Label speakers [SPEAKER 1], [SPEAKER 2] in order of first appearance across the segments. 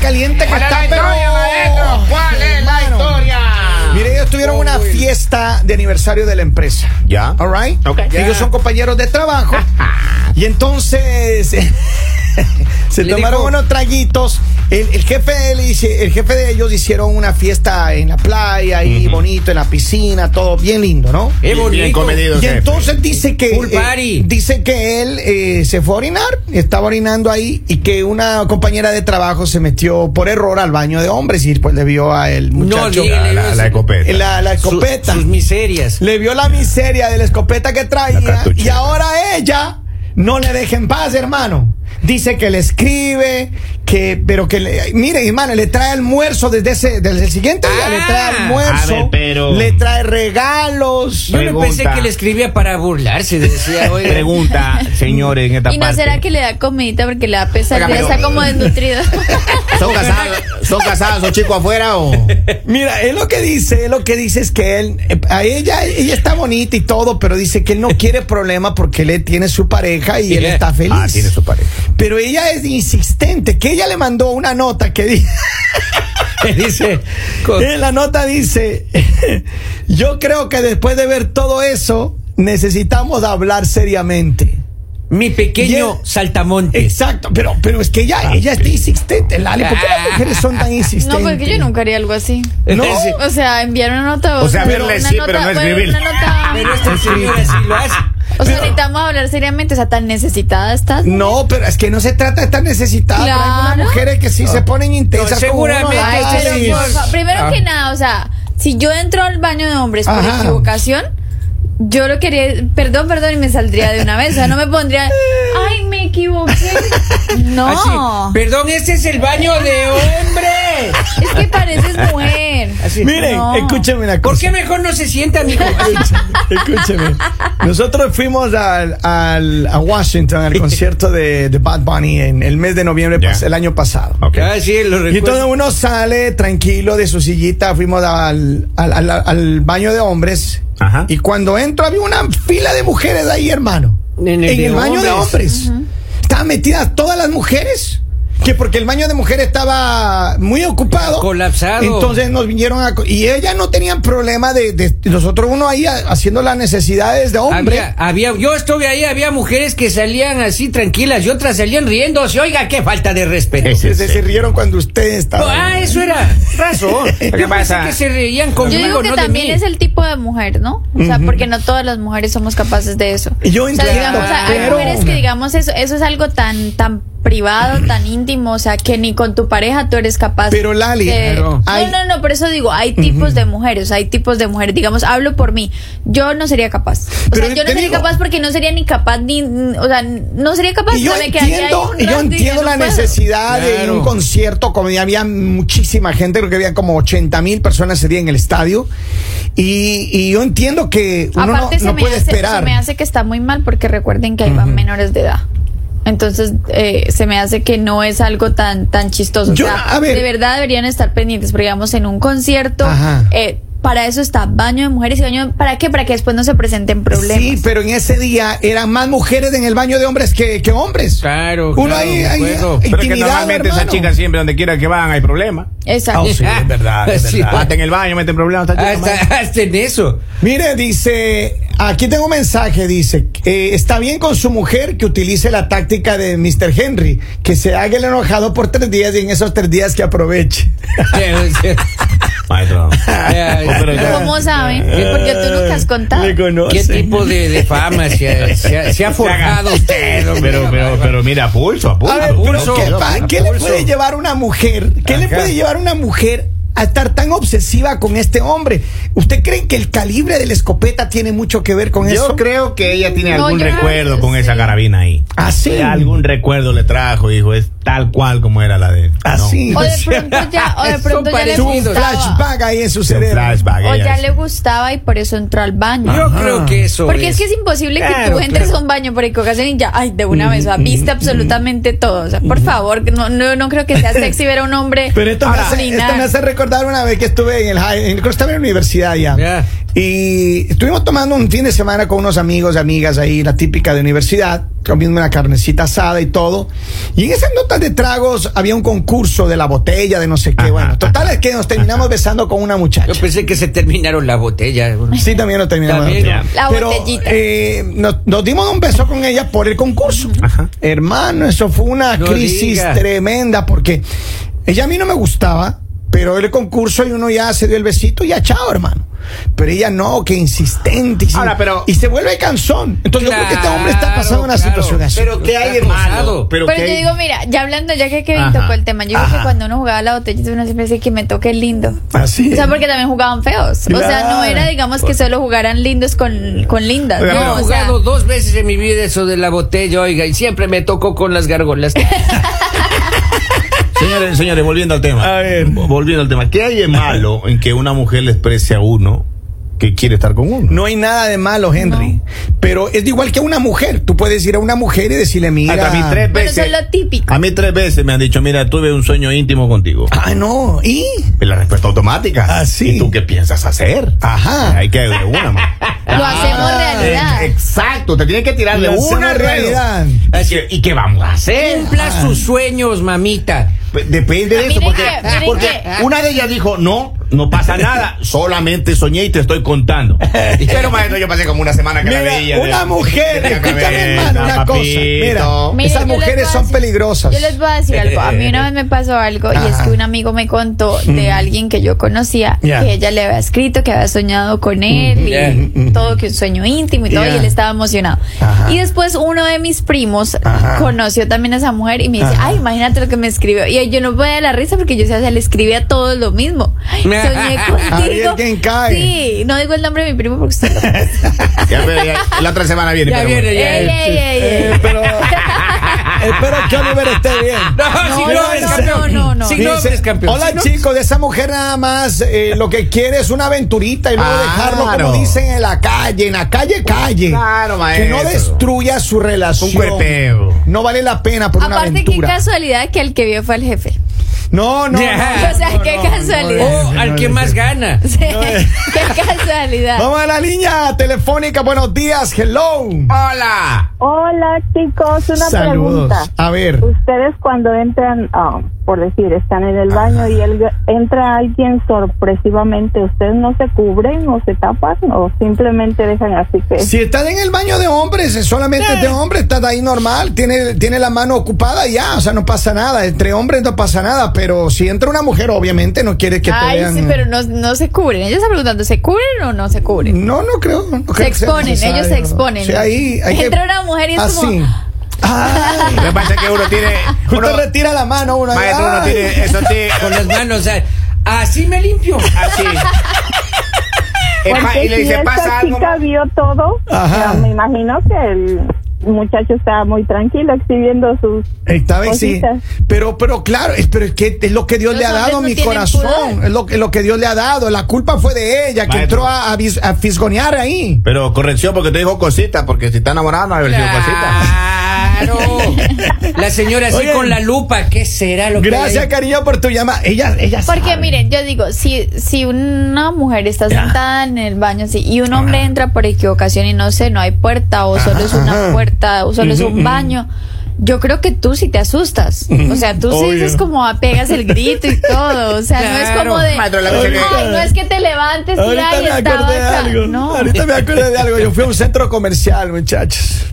[SPEAKER 1] caliente que
[SPEAKER 2] ¿Cuál es
[SPEAKER 1] está,
[SPEAKER 2] la
[SPEAKER 1] pero-
[SPEAKER 2] historia, maestro? ¿Cuál es la
[SPEAKER 1] Hermano.
[SPEAKER 2] historia?
[SPEAKER 1] Mire, ellos tuvieron una fiesta de aniversario de la empresa.
[SPEAKER 2] Ya.
[SPEAKER 1] All right.
[SPEAKER 2] Ok. Ya.
[SPEAKER 1] Ellos son compañeros de trabajo. y entonces se
[SPEAKER 2] Le
[SPEAKER 1] tomaron
[SPEAKER 2] dijo-
[SPEAKER 1] unos traguitos. El, el jefe de él dice- el jefe de ellos hicieron una fiesta en la playa y bonito en la piscina, todo bien lindo, ¿no?
[SPEAKER 2] Es
[SPEAKER 3] Bien- bien
[SPEAKER 2] bonito.
[SPEAKER 3] comedido.
[SPEAKER 1] Y
[SPEAKER 3] jefe.
[SPEAKER 1] entonces dice que eh,
[SPEAKER 2] Pool party.
[SPEAKER 1] dice que él eh, se fue a orinar, estaba orinando ahí y que una compañera de trabajo se metió por error al baño de hombres y pues le vio a el muchacho
[SPEAKER 2] diga,
[SPEAKER 3] La, la- la escopeta.
[SPEAKER 1] la, la
[SPEAKER 2] Su-
[SPEAKER 1] escopeta.
[SPEAKER 2] sus miserias.
[SPEAKER 1] Le vio la miseria de la escopeta que
[SPEAKER 3] La
[SPEAKER 1] traía
[SPEAKER 3] cartuchera.
[SPEAKER 1] y ahora ella no le deja en paz, hermano. Dice que le escribe, que, pero que le, mire, hermano, le trae almuerzo desde ese, desde el siguiente día,
[SPEAKER 2] Ah,
[SPEAKER 1] le trae almuerzo,
[SPEAKER 3] a ver, pero-
[SPEAKER 1] le trae regalos.
[SPEAKER 2] Yo no
[SPEAKER 3] Pregunta.
[SPEAKER 2] pensé que le escribía para burlarse. Decía, oye,
[SPEAKER 3] Pregunta, señores, en esta
[SPEAKER 4] ¿Y no
[SPEAKER 3] parte.
[SPEAKER 4] será que le da comidita porque le da pesadilla?
[SPEAKER 3] Oiga, pero-
[SPEAKER 4] Está como desnutrido.
[SPEAKER 3] ¿Son casados, ¿Son casados esos chicos afuera o.?
[SPEAKER 1] Mira, él lo que dice, él lo que dice es que él, eh, a ella, ella está bonita y todo, pero dice que él no quiere problema porque él tiene su pareja y él
[SPEAKER 2] Yeah.
[SPEAKER 1] está feliz.
[SPEAKER 3] Ah, tiene su pareja.
[SPEAKER 1] Pero ella es insistente, que ella le mandó una nota que dice,
[SPEAKER 2] dice, con-
[SPEAKER 1] en la nota dice, yo creo que después de ver todo eso, necesitamos hablar seriamente.
[SPEAKER 2] mi pequeño
[SPEAKER 1] Yeah.
[SPEAKER 2] saltamontes.
[SPEAKER 1] Exacto, pero, pero es que ella,
[SPEAKER 3] Ah,
[SPEAKER 1] ella está insistente, Lali, ¿por qué las mujeres son tan
[SPEAKER 4] No,
[SPEAKER 1] insistentes?
[SPEAKER 4] porque yo nunca haría algo así.
[SPEAKER 1] No.
[SPEAKER 2] Sí.
[SPEAKER 4] O sea, enviar una nota.
[SPEAKER 3] O sea,
[SPEAKER 4] pero
[SPEAKER 3] verle
[SPEAKER 4] una
[SPEAKER 3] sí, pero no
[SPEAKER 4] bueno,
[SPEAKER 3] escribirle.
[SPEAKER 4] una nota-
[SPEAKER 2] Pero este- esta señora sí lo hace.
[SPEAKER 4] o sea, necesitamos hablar seriamente. O sea, tan necesitada estás.
[SPEAKER 1] No, pero es que no se trata de estar necesitada. pero Hay
[SPEAKER 4] Claro.
[SPEAKER 1] algunas mujeres que sí se ponen intensas.
[SPEAKER 2] No,
[SPEAKER 1] como uno,
[SPEAKER 2] seguramente
[SPEAKER 1] ay,
[SPEAKER 2] este
[SPEAKER 1] sí.
[SPEAKER 4] Pero, por fa- primero
[SPEAKER 2] Ah.
[SPEAKER 4] que nada, o sea, si yo entro al baño de hombres por
[SPEAKER 1] Ajá.
[SPEAKER 4] equivocación, yo lo quería, perdón, perdón, y me saldría de una vez. O sea, no me pondría, ay, me equivoqué. No,
[SPEAKER 2] Así, Perdón, este es el baño de hombre.
[SPEAKER 4] es que pareces mujer.
[SPEAKER 2] Así.
[SPEAKER 1] Miren,
[SPEAKER 4] No.
[SPEAKER 1] escúcheme una
[SPEAKER 2] ¿Por
[SPEAKER 1] cosa.
[SPEAKER 2] qué mejor no se sienta, amigo?
[SPEAKER 1] Escúcheme. Nosotros fuimos al, al- a Washington al concierto de, de Bad Bunny en el mes de noviembre
[SPEAKER 3] Ya.
[SPEAKER 1] pas- el año pasado.
[SPEAKER 3] Ok.
[SPEAKER 2] Ah, sí, lo
[SPEAKER 1] Y entonces
[SPEAKER 2] recuerdo.
[SPEAKER 1] uno sale tranquilo de su sillita, fuimos al, al- al- al baño de hombres.
[SPEAKER 3] Ajá.
[SPEAKER 1] Y cuando entro había una fila de mujeres ahí, hermano.
[SPEAKER 2] En el de
[SPEAKER 1] baño de
[SPEAKER 2] hombres.
[SPEAKER 1] hombres. Estaban metidas todas las mujeres. Que porque el baño de mujeres estaba muy ocupado.
[SPEAKER 2] Colapsado.
[SPEAKER 1] Entonces nos vinieron a... co- Y ellas no tenían problema de... de- nosotros uno ahí a- haciendo las necesidades de hombre.
[SPEAKER 2] Había, había, yo estuve ahí, había mujeres que salían así tranquilas y otras salían riéndose. Oiga, qué falta de respeto.
[SPEAKER 3] Ese.
[SPEAKER 1] Se, se rieron cuando usted
[SPEAKER 2] No,
[SPEAKER 1] estaba...
[SPEAKER 2] ah, eso era razón. Yo pensé
[SPEAKER 3] pasa?
[SPEAKER 2] que se reían
[SPEAKER 4] Yo
[SPEAKER 2] conmigo,
[SPEAKER 4] digo que
[SPEAKER 2] no
[SPEAKER 4] también
[SPEAKER 2] de mí.
[SPEAKER 4] es el tipo de mujer, ¿no? O sea, porque no todas las mujeres somos capaces de eso.
[SPEAKER 1] Yo
[SPEAKER 4] o sea,
[SPEAKER 1] entiendo,
[SPEAKER 4] digamos, o sea, hay
[SPEAKER 1] pero-
[SPEAKER 4] mujeres que digamos eso, eso es algo tan, tan privado, tan íntimo, o sea, que ni con tu pareja tú eres capaz.
[SPEAKER 1] Pero, Lali,
[SPEAKER 4] de-
[SPEAKER 1] pero hay-
[SPEAKER 4] no, no, no, por eso digo, hay tipos de mujeres, hay tipos de mujeres. Digamos, hablo por mí, yo no sería capaz. O
[SPEAKER 1] Pero
[SPEAKER 4] sea, yo no
[SPEAKER 1] te
[SPEAKER 4] sería
[SPEAKER 1] digo-
[SPEAKER 4] capaz porque no sería ni capaz ni, o sea, no sería capaz.
[SPEAKER 1] Y yo
[SPEAKER 4] o sea, me quedaría ahí
[SPEAKER 1] entiendo,
[SPEAKER 4] un
[SPEAKER 1] y yo
[SPEAKER 4] rato y
[SPEAKER 1] entiendo
[SPEAKER 4] no
[SPEAKER 1] la
[SPEAKER 4] puedo.
[SPEAKER 1] necesidad de
[SPEAKER 2] Claro.
[SPEAKER 1] un concierto, como ya había muchísima gente, creo que había como 80 mil personas ese día en el estadio. Y, y yo entiendo que uno no,
[SPEAKER 4] Aparte se,
[SPEAKER 1] no
[SPEAKER 4] me
[SPEAKER 1] puede
[SPEAKER 4] hace,
[SPEAKER 1] esperar.
[SPEAKER 4] se me hace que está muy mal porque recuerden que ahí van menores de edad. Entonces eh, se me hace que no es algo tan tan chistoso. O
[SPEAKER 1] Yo,
[SPEAKER 4] sea,
[SPEAKER 1] a ver.
[SPEAKER 4] de verdad deberían estar pendientes, porque digamos en un concierto,
[SPEAKER 1] Ajá.
[SPEAKER 4] eh, para eso está baño de mujeres y baño ¿para qué? Para que después no se presenten problemas.
[SPEAKER 1] Sí, pero en ese día eran más mujeres en el baño de hombres que, que hombres.
[SPEAKER 2] Claro,
[SPEAKER 1] Uno
[SPEAKER 2] claro,
[SPEAKER 1] ahí,
[SPEAKER 2] de
[SPEAKER 1] ahí
[SPEAKER 2] acuerdo.
[SPEAKER 3] Pero es que
[SPEAKER 1] intimidado,
[SPEAKER 3] normalmente esas
[SPEAKER 1] hermano.
[SPEAKER 3] chicas siempre, donde quiera que van, hay problemas.
[SPEAKER 4] Exacto.
[SPEAKER 1] Ah, sí.
[SPEAKER 3] Es verdad, Ah, es
[SPEAKER 2] Sí.
[SPEAKER 3] verdad. Hasta en el baño meten problemas. esta chica,
[SPEAKER 2] Hasta,
[SPEAKER 3] man.
[SPEAKER 2] hasta en eso.
[SPEAKER 1] Mire, dice, aquí tengo un mensaje, dice, eh, está bien con su mujer que utilice la táctica de Mr. Henry, que se haga el enojado por tres días y en esos tres días que aproveche.
[SPEAKER 2] Eh,
[SPEAKER 3] Maestro.
[SPEAKER 2] ya.
[SPEAKER 3] Pero ya-
[SPEAKER 4] ¿Cómo saben? Porque tú nunca has contado.
[SPEAKER 1] Eh, Le conoce.
[SPEAKER 2] ¿Qué tipo de, de fama se ha, se ha- se ha forjado usted? hombre?
[SPEAKER 3] Pero, pero, pero mira, pulso, a pulso.
[SPEAKER 1] A ver, pero
[SPEAKER 2] pulso,
[SPEAKER 1] ¿qué, pa-
[SPEAKER 2] a
[SPEAKER 1] qué le
[SPEAKER 2] pulso.
[SPEAKER 1] puede llevar una mujer? ¿Qué le
[SPEAKER 2] Ajá.
[SPEAKER 1] puede llevar una mujer a estar tan obsesiva con este hombre? ¿Usted cree que el calibre de la escopeta tiene mucho que ver con
[SPEAKER 3] Yo
[SPEAKER 1] eso?
[SPEAKER 3] creo que ella tiene
[SPEAKER 4] No,
[SPEAKER 3] algún
[SPEAKER 4] yo-
[SPEAKER 3] recuerdo con esa
[SPEAKER 4] sí.
[SPEAKER 3] carabina ahí.
[SPEAKER 1] Así.
[SPEAKER 3] Algún recuerdo le trajo, dijo, es tal cual como era la de él.
[SPEAKER 1] Así.
[SPEAKER 4] O de pronto ya, o de
[SPEAKER 2] Son
[SPEAKER 4] pronto ya le
[SPEAKER 2] parecidos.
[SPEAKER 1] Tuvo un
[SPEAKER 4] gustaba.
[SPEAKER 1] flashback ahí en su
[SPEAKER 3] No, un
[SPEAKER 1] cerebro.
[SPEAKER 3] flashback.
[SPEAKER 4] O
[SPEAKER 3] ella
[SPEAKER 4] ya
[SPEAKER 3] es-
[SPEAKER 4] le gustaba y por eso entró al baño.
[SPEAKER 2] Yo creo que eso.
[SPEAKER 4] Porque es que es imposible que tú
[SPEAKER 2] Claro,
[SPEAKER 4] entres
[SPEAKER 2] claro.
[SPEAKER 4] a un baño por equivocación y ya, ay, de una vez, o sea, viste absolutamente todo. O sea, por favor, que no, no, no creo que sea sexy ver a un hombre
[SPEAKER 1] Pero esto me, hace,
[SPEAKER 4] orinar.
[SPEAKER 1] esto me hace recordar una vez que estuve en el high, en, cuando estaba en la universidad ya.
[SPEAKER 2] Ya.
[SPEAKER 1] Y estuvimos tomando un fin de semana con unos amigos, amigas ahí, la típica de universidad, comiendo una carnecita asada y todo. Y en esas notas de tragos había un concurso de la botella, de no sé qué.
[SPEAKER 3] Ajá,
[SPEAKER 1] Bueno, total
[SPEAKER 3] ajá.
[SPEAKER 1] es que nos terminamos besando con una muchacha.
[SPEAKER 2] Yo pensé que se terminaron las botellas. bro.
[SPEAKER 1] Sí, también lo terminamos.
[SPEAKER 2] También,
[SPEAKER 3] ¿no?
[SPEAKER 4] La
[SPEAKER 1] Pero,
[SPEAKER 4] botellita.
[SPEAKER 1] eh, nos, nos dimos un beso con ella por el concurso.
[SPEAKER 3] Ajá.
[SPEAKER 1] Hermano, eso fue una
[SPEAKER 2] No
[SPEAKER 1] crisis
[SPEAKER 2] diga.
[SPEAKER 1] tremenda porque ella a mí no me gustaba, pero el concurso y uno ya se dio el besito y ya chao, hermano. Pero ella no, que insistente. insistente.
[SPEAKER 3] Ahora, pero-
[SPEAKER 1] y se vuelve cansón. Entonces yo creo que este hombre está pasando una
[SPEAKER 2] Claro,
[SPEAKER 1] situación así.
[SPEAKER 2] claro. Pero
[SPEAKER 3] ¿Qué hay de
[SPEAKER 2] Está
[SPEAKER 3] malo?
[SPEAKER 2] acosado.
[SPEAKER 3] Pero,
[SPEAKER 4] Pero
[SPEAKER 3] ¿qué
[SPEAKER 4] yo
[SPEAKER 3] hay-
[SPEAKER 4] digo, mira, ya hablando, ya que Kevin
[SPEAKER 3] Ajá,
[SPEAKER 4] tocó el tema, yo creo
[SPEAKER 1] ajá.
[SPEAKER 4] que cuando uno jugaba la botellita uno siempre dice que me toque lindo.
[SPEAKER 1] Así
[SPEAKER 4] O
[SPEAKER 1] es.
[SPEAKER 4] sea, porque también jugaban feos. O sea, no
[SPEAKER 1] Claro.
[SPEAKER 4] era, digamos, que solo jugaran lindos con, con lindas.
[SPEAKER 2] Yo
[SPEAKER 4] No,
[SPEAKER 2] he
[SPEAKER 4] o sea,
[SPEAKER 2] jugado dos veces en mi vida eso de la botella, oiga, y siempre me tocó con las gargolas.
[SPEAKER 3] Señores, señores, volviendo al tema.
[SPEAKER 1] A ver.
[SPEAKER 3] Vo- Volviendo al tema. ¿Qué hay de malo en que una mujer le exprese a uno que quiere estar con uno?
[SPEAKER 1] No hay nada de malo, Henry. Pero es igual que una mujer. Tú puedes ir a una mujer y decirle, mira.
[SPEAKER 3] Hasta mis tres
[SPEAKER 4] bueno, eso es
[SPEAKER 3] veces.
[SPEAKER 4] lo típico.
[SPEAKER 3] A mí tres veces me han dicho, mira, tuve un sueño íntimo contigo.
[SPEAKER 1] Ah, no. ¿Y?
[SPEAKER 3] Y la respuesta automática.
[SPEAKER 1] Ah, sí.
[SPEAKER 3] ¿Y tú qué piensas hacer?
[SPEAKER 1] Ajá.
[SPEAKER 3] Hay que de una, man.
[SPEAKER 1] Ah,
[SPEAKER 3] Ah,
[SPEAKER 4] Lo hacemos
[SPEAKER 1] eh,
[SPEAKER 4] realidad.
[SPEAKER 3] Exacto, te tienes que tirar de
[SPEAKER 1] Lo hacemos
[SPEAKER 3] una
[SPEAKER 1] realidad.
[SPEAKER 3] realidad. ¿Y qué, y qué vamos a hacer?
[SPEAKER 2] Cumpla sus sueños, mamita.
[SPEAKER 3] Pe- Depende de eso,
[SPEAKER 4] Miren
[SPEAKER 3] porque,
[SPEAKER 4] que- miren
[SPEAKER 3] porque
[SPEAKER 4] que-
[SPEAKER 3] una de ellas dijo, no, no pasa nada, solamente soñé y te estoy contando. Pero maestro, yo pasé como una semana que la
[SPEAKER 1] Mira,
[SPEAKER 3] veía.
[SPEAKER 1] una
[SPEAKER 3] de-
[SPEAKER 1] mujer,
[SPEAKER 3] de la
[SPEAKER 1] escúchame,
[SPEAKER 3] cabeza,
[SPEAKER 1] hermano, una
[SPEAKER 3] papito.
[SPEAKER 1] cosa, mira.
[SPEAKER 4] Mire,
[SPEAKER 1] Esas
[SPEAKER 4] yo les
[SPEAKER 1] mujeres
[SPEAKER 4] voy a
[SPEAKER 1] son
[SPEAKER 4] decir-
[SPEAKER 1] peligrosas.
[SPEAKER 4] Yo les voy a decir algo. A mí una vez me pasó algo y es
[SPEAKER 1] Ajá.
[SPEAKER 4] que un amigo me contó de alguien que yo conocía
[SPEAKER 1] Ya.
[SPEAKER 4] que ella le había escrito que había soñado con él y
[SPEAKER 2] Ya.
[SPEAKER 4] todo, que un sueño íntimo y todo,
[SPEAKER 1] Ya.
[SPEAKER 4] y él estaba emocionado.
[SPEAKER 1] Ajá.
[SPEAKER 4] Y después uno de mis primos
[SPEAKER 1] Ajá.
[SPEAKER 4] conoció también a esa mujer y me dice,
[SPEAKER 1] Ajá.
[SPEAKER 4] ay, imagínate lo que me escribió. Y yo no podía de la risa porque yo o sea, le escribe a todos lo mismo. Ay, Soñé
[SPEAKER 1] Ahí
[SPEAKER 4] contigo.
[SPEAKER 1] es quien cae.
[SPEAKER 4] Sí, no digo el nombre de mi primo porque usted lo conoce.
[SPEAKER 3] Ya, pero ya- la otra semana viene.
[SPEAKER 2] Ya
[SPEAKER 3] pero
[SPEAKER 2] viene,
[SPEAKER 4] Ey,
[SPEAKER 2] ya.
[SPEAKER 4] ey, ey, ey.
[SPEAKER 1] Eh, pero espero que Oliver esté bien.
[SPEAKER 2] No,
[SPEAKER 4] No,
[SPEAKER 2] sin
[SPEAKER 4] no,
[SPEAKER 2] nombres,
[SPEAKER 4] no,
[SPEAKER 2] campeón.
[SPEAKER 4] no, no.
[SPEAKER 2] Sin
[SPEAKER 1] Dice,
[SPEAKER 2] nombres, campeón.
[SPEAKER 1] Hola
[SPEAKER 2] Sin nombres.
[SPEAKER 1] chicos, de esa mujer nada más eh, lo que quiere es una aventurita y luego
[SPEAKER 3] Claro.
[SPEAKER 1] dejarlo como dicen en la calle, en la calle calle.
[SPEAKER 3] Claro,
[SPEAKER 1] que no
[SPEAKER 3] maestro.
[SPEAKER 1] destruya su relación.
[SPEAKER 3] Un cuerpeo.
[SPEAKER 1] No vale la pena por una
[SPEAKER 4] Aparte, qué
[SPEAKER 1] aventura.
[SPEAKER 4] casualidad que el que vio fue el jefe.
[SPEAKER 1] No, no.
[SPEAKER 2] Ya.
[SPEAKER 1] no,
[SPEAKER 4] O sea,
[SPEAKER 1] no,
[SPEAKER 4] qué
[SPEAKER 1] no,
[SPEAKER 4] casualidad.
[SPEAKER 1] no,
[SPEAKER 2] O
[SPEAKER 1] no,
[SPEAKER 2] al
[SPEAKER 1] no,
[SPEAKER 2] que
[SPEAKER 1] no.
[SPEAKER 2] más gana.
[SPEAKER 4] Sí, qué casualidad.
[SPEAKER 1] Vamos a la línea telefónica. Buenos días. Hello.
[SPEAKER 3] Hola.
[SPEAKER 5] Hola chicos, una
[SPEAKER 1] Saludos.
[SPEAKER 5] pregunta.
[SPEAKER 1] A ver.
[SPEAKER 5] Ustedes cuando entran, ah, por decir, están en el baño y el- entra alguien sorpresivamente, ¿ustedes no se cubren o se tapan o simplemente dejan así que...
[SPEAKER 1] Si estás en el baño de hombres, es solamente
[SPEAKER 4] Eh.
[SPEAKER 1] de hombres, estás ahí normal, tiene, tiene la mano ocupada y ya, o sea, no pasa nada. Entre hombres no pasa nada, pero si entra una mujer, obviamente no quiere que te
[SPEAKER 4] Ay,
[SPEAKER 1] vean.
[SPEAKER 4] sí, pero no, no se cubren. Ellos están preguntando, ¿se cubren o no se cubren?
[SPEAKER 1] No, no creo. no creo
[SPEAKER 4] se
[SPEAKER 1] que sea
[SPEAKER 4] exponen,
[SPEAKER 1] necesario.
[SPEAKER 4] ellos se exponen.
[SPEAKER 1] O sea, ahí hay que-
[SPEAKER 4] Entra una mujer y es
[SPEAKER 1] así.
[SPEAKER 4] como...
[SPEAKER 1] Ay,
[SPEAKER 3] Lo que pasa es que uno tiene.
[SPEAKER 1] justo
[SPEAKER 3] Uno,
[SPEAKER 1] retira la mano uno. ahí,
[SPEAKER 3] maestro, uno
[SPEAKER 1] ay.
[SPEAKER 3] tiene. Eso tiene.
[SPEAKER 2] Con las manos. o sea, Así me limpio.
[SPEAKER 3] Así. Es pa-
[SPEAKER 5] Porque
[SPEAKER 3] y le
[SPEAKER 5] si
[SPEAKER 3] dice,
[SPEAKER 5] esta
[SPEAKER 3] pasa algo.
[SPEAKER 5] chica vio todo,
[SPEAKER 1] Ajá.
[SPEAKER 5] ah, me imagino que el muchacho estaba muy tranquilo exhibiendo sus...
[SPEAKER 1] Estaba exhi-
[SPEAKER 5] Cositas.
[SPEAKER 1] Pero, pero claro, es, pero es que es lo que Dios
[SPEAKER 4] Los
[SPEAKER 1] le ha
[SPEAKER 4] hombres
[SPEAKER 1] dado a
[SPEAKER 4] no
[SPEAKER 1] mi
[SPEAKER 4] tienen
[SPEAKER 1] corazón.
[SPEAKER 4] pudor.
[SPEAKER 1] Es lo, que- lo que Dios le ha dado. La culpa fue de ella, que
[SPEAKER 3] Maestro.
[SPEAKER 1] entró a, a, bis- a fisgonear ahí.
[SPEAKER 3] Pero corrección, porque te dijo cosita, porque si está enamorada no ha sido cosita.
[SPEAKER 2] Claro. La señora así
[SPEAKER 1] Oye.
[SPEAKER 2] con la lupa. ¿Qué será lo que
[SPEAKER 1] Gracias,
[SPEAKER 2] hay?
[SPEAKER 1] cariño, por tu llamada. Ella, ella
[SPEAKER 4] Porque
[SPEAKER 1] sabe.
[SPEAKER 4] miren, yo digo, si, si una mujer está
[SPEAKER 1] Ya.
[SPEAKER 4] sentada en el baño así, y un hombre entra por equivocación y no sé, no hay puerta o solo es
[SPEAKER 1] Ajá.
[SPEAKER 4] una puerta o solo es un baño. Yo creo que tú sí te asustas. O sea, tú sí
[SPEAKER 1] Obvio.
[SPEAKER 4] dices como ah, pegas el grito y todo. O sea, no es
[SPEAKER 2] Claro.
[SPEAKER 4] como de.
[SPEAKER 3] Maestro, la
[SPEAKER 4] "Ay,
[SPEAKER 3] vez que-
[SPEAKER 4] no es que te levantes y
[SPEAKER 1] Ahorita
[SPEAKER 4] ahí
[SPEAKER 1] me
[SPEAKER 4] estaba
[SPEAKER 1] acordé de
[SPEAKER 4] acá".
[SPEAKER 1] algo.
[SPEAKER 4] No.
[SPEAKER 1] Ahorita me acordé de algo. Yo fui a un centro comercial, muchachos.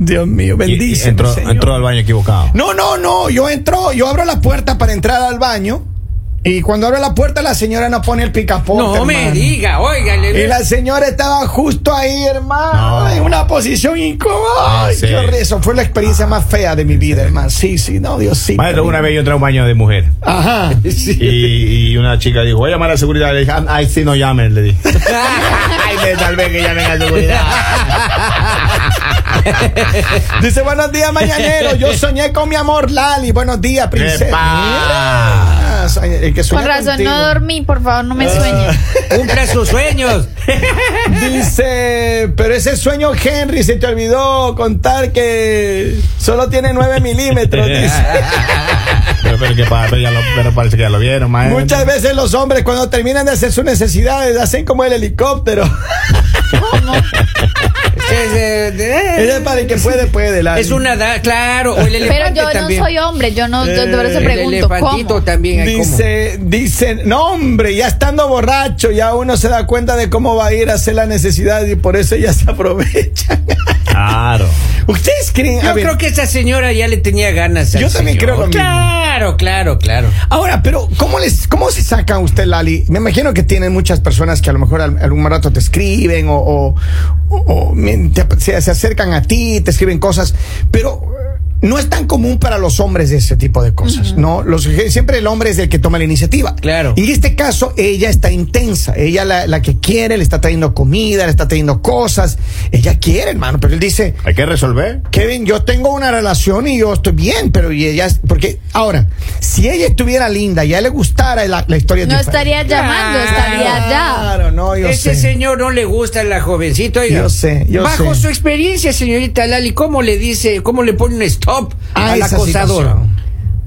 [SPEAKER 1] Dios mío,
[SPEAKER 3] Y- y
[SPEAKER 1] bendice.
[SPEAKER 3] entró, entró al baño equivocado.
[SPEAKER 1] No, no, no. Yo entro, yo abro la puerta para entrar al baño. Y cuando abro la puerta, la señora no pone el picaporte.
[SPEAKER 2] No me
[SPEAKER 1] hermano.
[SPEAKER 2] diga, oiga.
[SPEAKER 1] Y
[SPEAKER 2] le-
[SPEAKER 1] la señora estaba justo ahí, hermano,
[SPEAKER 3] No.
[SPEAKER 1] en una posición incómoda.
[SPEAKER 3] Ah,
[SPEAKER 1] Ay,
[SPEAKER 3] sí.
[SPEAKER 1] qué horror. Eso fue la experiencia más fea de mi vida, hermano. Sí, sí, no, Dios sí.
[SPEAKER 3] Maestro, una vez yo entré a un baño de mujer.
[SPEAKER 1] Ajá.
[SPEAKER 3] Y, y una chica dijo, voy a llamar a la seguridad. Le dije, "Ah, ay, sí, no llamen, le dije. ay, me salvé que llamen a la seguridad.
[SPEAKER 1] Dice, buenos días, mañanero. Yo soñé con mi amor, Lali. Buenos días, princesa.
[SPEAKER 3] ¡Epa!
[SPEAKER 1] Ah, soñé- el que
[SPEAKER 4] Con
[SPEAKER 1] sueña
[SPEAKER 4] razón
[SPEAKER 1] contigo.
[SPEAKER 4] no dormí, por favor, no me sueñes.
[SPEAKER 2] Cumpla sus sueños.
[SPEAKER 1] Dice, pero ese sueño, Henry, se te olvidó contar que solo tiene 9 milímetros. dice.
[SPEAKER 3] Pero, pero, que pa- pero ya lo- pero parece que ya lo vieron, maestro.
[SPEAKER 1] Muchas veces los hombres cuando terminan de hacer sus necesidades hacen como el helicóptero.
[SPEAKER 2] Ustedes, eh, de-
[SPEAKER 1] Ella para el que puede, puede. la-
[SPEAKER 2] Es una da- claro, o el
[SPEAKER 4] Pero
[SPEAKER 2] elefante
[SPEAKER 4] yo
[SPEAKER 2] también.
[SPEAKER 4] no soy hombre, yo no, yo por eso
[SPEAKER 2] El
[SPEAKER 4] pregunto
[SPEAKER 2] elefantito
[SPEAKER 4] cómo.
[SPEAKER 2] también hay como.
[SPEAKER 1] Dice, dice, no hombre, ya estando borracho, ya uno se da cuenta de cómo va a ir a hacer la necesidad y por eso ya se aprovechan.
[SPEAKER 3] Claro.
[SPEAKER 1] ¿Ustedes creen? a
[SPEAKER 2] Yo
[SPEAKER 1] ver,
[SPEAKER 2] creo que esa señora ya le tenía ganas. al
[SPEAKER 1] Yo también
[SPEAKER 2] señor.
[SPEAKER 1] creo lo mismo.
[SPEAKER 2] Claro, claro, claro.
[SPEAKER 1] Ahora, pero ¿cómo, les, ¿cómo se saca usted, Lali? Me imagino que tienen muchas personas que a lo mejor al- algún rato te escriben o, o- o- o me- te- se, se acercan a ti, te escriben cosas, pero eh, no es tan común para los hombres ese tipo de cosas, ¿no? Los, eh, siempre el hombre es el que toma la iniciativa.
[SPEAKER 2] Claro.
[SPEAKER 1] Y en este caso, ella está intensa, ella la, la que quiere, le está trayendo comida, le está trayendo cosas, ella quiere, hermano, pero él dice,
[SPEAKER 3] Hay que resolver.
[SPEAKER 1] Kevin, yo tengo una relación y yo estoy bien, pero y ella, porque ahora, si ella estuviera linda y a él le gustara la, la historia es
[SPEAKER 4] No
[SPEAKER 1] diferente.
[SPEAKER 4] estaría llamando, estaría allá.
[SPEAKER 1] Claro, no, yo
[SPEAKER 2] Ese
[SPEAKER 1] sé.
[SPEAKER 2] señor no le gusta la jovencita. oiga.
[SPEAKER 1] Yo sé, yo
[SPEAKER 2] Bajo
[SPEAKER 1] sé.
[SPEAKER 2] su experiencia, señorita Lali, ¿cómo le dice, cómo le pone un stop
[SPEAKER 1] A
[SPEAKER 2] al
[SPEAKER 1] Ah, esa
[SPEAKER 2] acosador?
[SPEAKER 1] situación.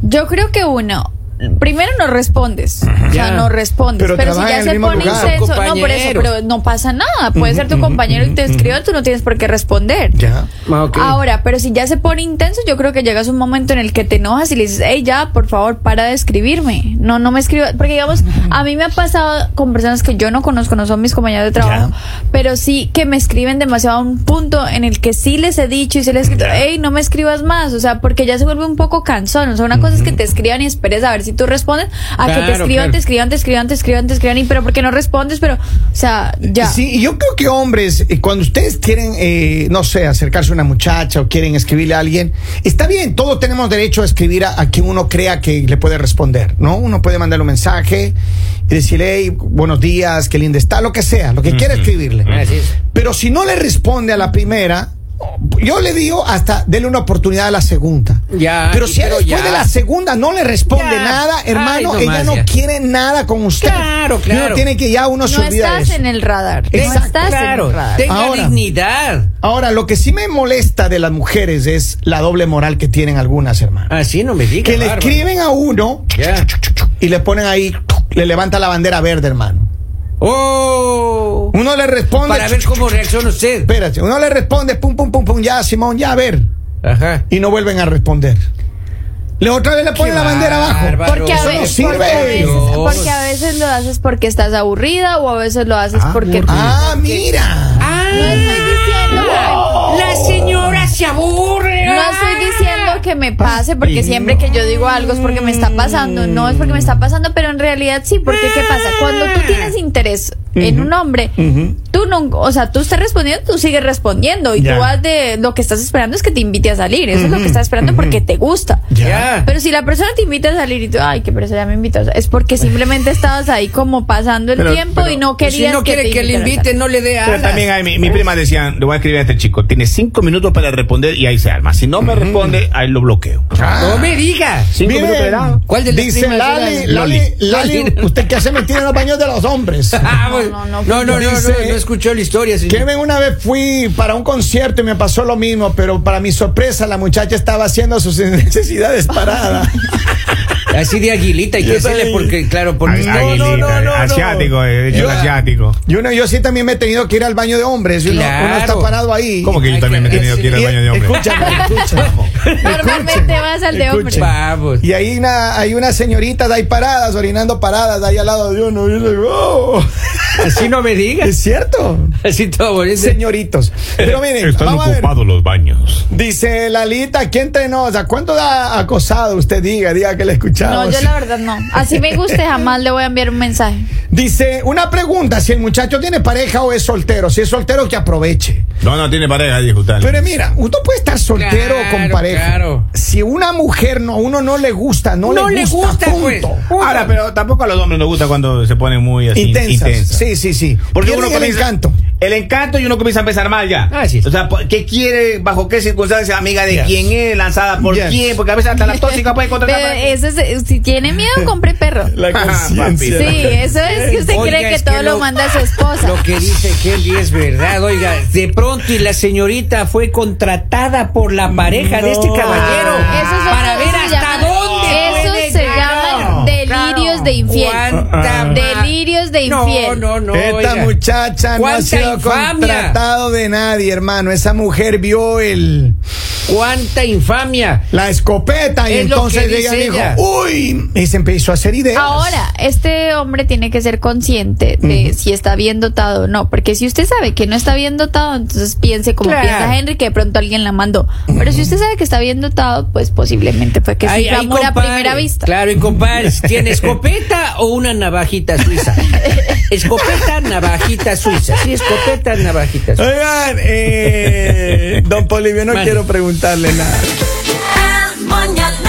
[SPEAKER 4] Yo creo que uno. Primero no respondes, o sea,
[SPEAKER 2] Ya.
[SPEAKER 4] no respondes,
[SPEAKER 1] Pero
[SPEAKER 4] pero, si
[SPEAKER 1] trabajan en
[SPEAKER 4] ya
[SPEAKER 1] el
[SPEAKER 4] se
[SPEAKER 1] mismo
[SPEAKER 4] pone
[SPEAKER 1] lugar.
[SPEAKER 4] intenso, no por eso,
[SPEAKER 2] Compañeros.
[SPEAKER 4] pero no pasa nada, puede ser tu compañero y te escribió, tú no tienes por qué responder.
[SPEAKER 1] Ya.
[SPEAKER 2] Ah, ok.
[SPEAKER 4] Ahora, pero si ya se pone intenso, yo creo que llegas a un momento en el que te enojas y le dices, hey, ya, por favor, para de escribirme. No, no me escribas. Porque, digamos, a mí me ha pasado con personas que yo no conozco, no son mis compañeros de trabajo, pero sí que me escriben demasiado a un punto en el que sí les he dicho y se les he escrito, hey, no me escribas más. O sea, porque ya se vuelve un poco cansón. O sea, una cosa es que te escriban y esperes a ver si tú respondes, a que
[SPEAKER 2] Claro,
[SPEAKER 4] te escriban,
[SPEAKER 2] claro.
[SPEAKER 4] te escriban, te escriban, te escriban, te escriban, y pero porque no respondes, pero, o sea, ya.
[SPEAKER 1] Sí, y yo creo que hombres, eh, cuando ustedes quieren, eh, no sé, acercarse a una muchacha o quieren escribirle a alguien, está bien, todos tenemos derecho a escribir a, a quien uno crea que le puede responder, ¿no? Uno puede mandarle un mensaje y decirle, hey, buenos días, qué linda está, lo que sea, lo que quiera escribirle.
[SPEAKER 2] Así es.
[SPEAKER 1] Pero si no le responde a la primera, yo le digo hasta dele una oportunidad a la segunda.
[SPEAKER 2] Ya,
[SPEAKER 1] Pero
[SPEAKER 2] y
[SPEAKER 1] si
[SPEAKER 2] pero
[SPEAKER 1] después
[SPEAKER 2] ya.
[SPEAKER 1] de la segunda no le responde
[SPEAKER 2] Ya.
[SPEAKER 1] nada,
[SPEAKER 2] Ay,
[SPEAKER 1] hermano,
[SPEAKER 2] nomás
[SPEAKER 1] ella no
[SPEAKER 2] ya.
[SPEAKER 1] quiere nada con usted.
[SPEAKER 2] Claro,
[SPEAKER 1] Y
[SPEAKER 2] claro.
[SPEAKER 1] Uno tiene que ya uno se
[SPEAKER 4] No
[SPEAKER 1] olvida de
[SPEAKER 4] estás
[SPEAKER 1] eso.
[SPEAKER 4] en el radar.
[SPEAKER 1] Exacto.
[SPEAKER 4] No estás en
[SPEAKER 2] Claro,
[SPEAKER 4] el radar.
[SPEAKER 2] tenga
[SPEAKER 1] Ahora.
[SPEAKER 2] dignidad.
[SPEAKER 1] Ahora, lo que sí me molesta de las mujeres es la doble moral que tienen algunas, hermano.
[SPEAKER 2] Así no me digas.
[SPEAKER 1] que le
[SPEAKER 2] bárbaro.
[SPEAKER 1] escriben a uno
[SPEAKER 2] Ya.
[SPEAKER 1] y le ponen ahí, le levanta la bandera verde, hermano.
[SPEAKER 2] Oh,
[SPEAKER 1] Uno le responde.
[SPEAKER 2] para ver cómo reacciona usted.
[SPEAKER 1] Espérate, uno le responde, pum, pum, pum, pum, ya, Simón, ya, a ver.
[SPEAKER 2] Ajá.
[SPEAKER 1] y no vuelven a responder. Le otra vez le ponen la bandera abajo.
[SPEAKER 2] bárbaro.
[SPEAKER 4] Porque a,
[SPEAKER 1] Eso no
[SPEAKER 4] veces,
[SPEAKER 1] sirve.
[SPEAKER 4] porque, a veces,
[SPEAKER 2] Dios.
[SPEAKER 4] porque a veces lo haces porque estás aburrida o a veces lo haces porque...
[SPEAKER 1] Ah, mira.
[SPEAKER 2] Ah,
[SPEAKER 4] No estoy diciendo,
[SPEAKER 2] la señora se aburre.
[SPEAKER 4] no estoy diciendo que me pase porque siempre que yo digo algo es porque me está pasando, no es porque me está pasando, pero en realidad sí, porque ¿qué pasa? Cuando tú tienes interés en un hombre, tú no, o sea, tú estás respondiendo, tú sigues respondiendo y
[SPEAKER 1] Ya.
[SPEAKER 4] tú vas de lo que estás esperando es que te invite a salir, eso es lo que estás esperando porque te gusta.
[SPEAKER 2] Ya.
[SPEAKER 4] Pero si la persona te invita a salir y tú, ay, que pereza, ya me invitó. o sea, Es porque simplemente estabas ahí como pasando el
[SPEAKER 3] Pero-
[SPEAKER 4] tiempo
[SPEAKER 3] pero
[SPEAKER 4] y no
[SPEAKER 2] Pues si
[SPEAKER 4] querías
[SPEAKER 2] no quiere
[SPEAKER 4] te
[SPEAKER 2] que, le
[SPEAKER 4] invitaran a
[SPEAKER 2] invite,
[SPEAKER 4] salir.
[SPEAKER 2] no le dé
[SPEAKER 3] Pero
[SPEAKER 2] alas.
[SPEAKER 3] también hay, mi, mi prima decía, le voy a escribir a este chico, tiene cinco minutos para responder y ahí se arma. Si no me responde, ahí lo bloqueo.
[SPEAKER 2] No me diga.
[SPEAKER 3] Cinco
[SPEAKER 1] Miren,
[SPEAKER 3] minutos de edad.
[SPEAKER 2] ¿Cuál de las
[SPEAKER 1] Dice
[SPEAKER 2] primas
[SPEAKER 1] Lali,
[SPEAKER 2] era?
[SPEAKER 1] Lali, Lali,
[SPEAKER 2] Lali.
[SPEAKER 1] usted que hace mentira en los baños de los hombres.
[SPEAKER 2] Ah, bueno. no,
[SPEAKER 4] no,
[SPEAKER 2] no,
[SPEAKER 4] no,
[SPEAKER 2] no, no, no,
[SPEAKER 1] dice-
[SPEAKER 2] no escuchó la historia, señor.
[SPEAKER 1] Kevin, una vez fui para un concierto y me pasó lo mismo, pero para mi sorpresa la muchacha estaba haciendo sus necesidades parada.
[SPEAKER 2] Así de aguilita, hay que hacerle porque, claro, porque...
[SPEAKER 3] Ah,
[SPEAKER 1] no, no,
[SPEAKER 3] aguilita,
[SPEAKER 1] no, no.
[SPEAKER 3] asiático, eh, de hecho,
[SPEAKER 1] Yo-
[SPEAKER 3] asiático.
[SPEAKER 1] Y uno, yo sí también me he tenido que ir al baño de hombres. y uno,
[SPEAKER 2] Claro.
[SPEAKER 1] uno está parado ahí.
[SPEAKER 3] ¿Cómo que yo
[SPEAKER 2] Ay,
[SPEAKER 3] también me he
[SPEAKER 2] que-
[SPEAKER 3] tenido que ir al
[SPEAKER 1] Y-
[SPEAKER 3] baño de hombre?
[SPEAKER 1] Escúchame, escúchame.
[SPEAKER 4] Normalmente vas al de hombre.
[SPEAKER 1] escuchen.
[SPEAKER 2] Vamos.
[SPEAKER 1] Y ahí una- hay unas señoritas ahí paradas, orinando paradas, ahí al lado de uno. Y yo digo, "Oh".
[SPEAKER 2] Así no me digas.
[SPEAKER 1] Es cierto,
[SPEAKER 2] Así todo ¿eh? bonito.
[SPEAKER 1] señoritos. Pero miren, vamos a ver.
[SPEAKER 3] los baños.
[SPEAKER 1] Dice Lalita, ¿quién entre nos? ¿A cuánto da acosado? Usted diga, diga que le escuchamos.
[SPEAKER 4] No, yo la verdad no. Así me guste, jamás le voy a enviar un mensaje.
[SPEAKER 1] Dice, una pregunta, si el muchacho tiene pareja o es soltero. Si es soltero, que aproveche.
[SPEAKER 3] No, no tiene pareja, dijo tal.
[SPEAKER 1] Pero mira, uno puede estar soltero
[SPEAKER 2] Claro,
[SPEAKER 1] o con pareja.
[SPEAKER 2] claro.
[SPEAKER 1] Si una mujer no, a uno no le gusta, no,
[SPEAKER 2] No le gusta,
[SPEAKER 1] punto.
[SPEAKER 2] pues.
[SPEAKER 3] Ahora, pero tampoco a los hombres nos gusta cuando se ponen muy así,
[SPEAKER 1] Intensas.
[SPEAKER 3] intensas.
[SPEAKER 1] Sí, sí, sí.
[SPEAKER 3] Porque
[SPEAKER 1] Pierden
[SPEAKER 3] uno
[SPEAKER 1] el
[SPEAKER 3] comienza-
[SPEAKER 1] encanto.
[SPEAKER 3] El encanto y uno comienza a empezar mal ya.
[SPEAKER 2] Ah, sí.
[SPEAKER 3] O sea, ¿por- ¿qué quiere? ¿Bajo qué circunstancias? ¿Amiga de
[SPEAKER 1] Yes.
[SPEAKER 3] quién es? ¿Lanzada por
[SPEAKER 1] Yes.
[SPEAKER 3] quién? Porque a veces hasta la tóxica puede encontrar.
[SPEAKER 4] Pero ese es- si tiene miedo, compre perro.
[SPEAKER 1] La
[SPEAKER 3] conciencia.
[SPEAKER 4] Sí, eso es que usted
[SPEAKER 2] Oiga,
[SPEAKER 4] cree que
[SPEAKER 2] es
[SPEAKER 4] todo
[SPEAKER 2] que
[SPEAKER 4] lo,
[SPEAKER 2] lo-
[SPEAKER 4] manda a su esposa.
[SPEAKER 2] Lo que dice Kelly es verdad, oiga, de pronto y la señorita fue contratada por la pareja de este caballero
[SPEAKER 4] Eso es lo
[SPEAKER 2] para
[SPEAKER 4] que-
[SPEAKER 2] ver
[SPEAKER 4] eso se
[SPEAKER 2] hasta
[SPEAKER 4] llama-
[SPEAKER 2] dónde
[SPEAKER 4] eso
[SPEAKER 2] puede
[SPEAKER 4] se delirios de infiel.
[SPEAKER 2] ¿Cuánta ma-
[SPEAKER 4] Delirios de infiel.
[SPEAKER 2] No, no, no.
[SPEAKER 1] Esta
[SPEAKER 2] oiga.
[SPEAKER 1] muchacha no ha
[SPEAKER 2] ¿Cuánta
[SPEAKER 1] sido
[SPEAKER 2] infamia?
[SPEAKER 1] contratado de nadie, hermano. Esa mujer vio el
[SPEAKER 2] Cuánta infamia.
[SPEAKER 1] la escopeta y
[SPEAKER 2] Es lo
[SPEAKER 1] entonces
[SPEAKER 2] que
[SPEAKER 1] ella
[SPEAKER 2] dice
[SPEAKER 1] dijo,
[SPEAKER 2] ella.
[SPEAKER 1] uy, y se empezó a hacer ideas.
[SPEAKER 4] Ahora, este hombre tiene que ser consciente de si está bien dotado o no, porque si usted sabe que no está bien dotado, entonces piense como
[SPEAKER 2] Claro.
[SPEAKER 4] piensa Henry, que de pronto alguien la mandó. Pero si usted sabe que está bien dotado, pues posiblemente fue que
[SPEAKER 2] Ahí-
[SPEAKER 4] sí fue
[SPEAKER 2] ahí
[SPEAKER 4] amor a
[SPEAKER 2] compare.
[SPEAKER 4] primera vista.
[SPEAKER 2] Claro, y compadre, ¿tiene escopeta o una navajita suiza? Escopeta, navajita suiza. Sí, escopeta, navajita suiza.
[SPEAKER 1] Oigan, eh, don Polivio, no
[SPEAKER 2] Bueno.
[SPEAKER 1] quiero preguntarle nada.
[SPEAKER 6] El mañanero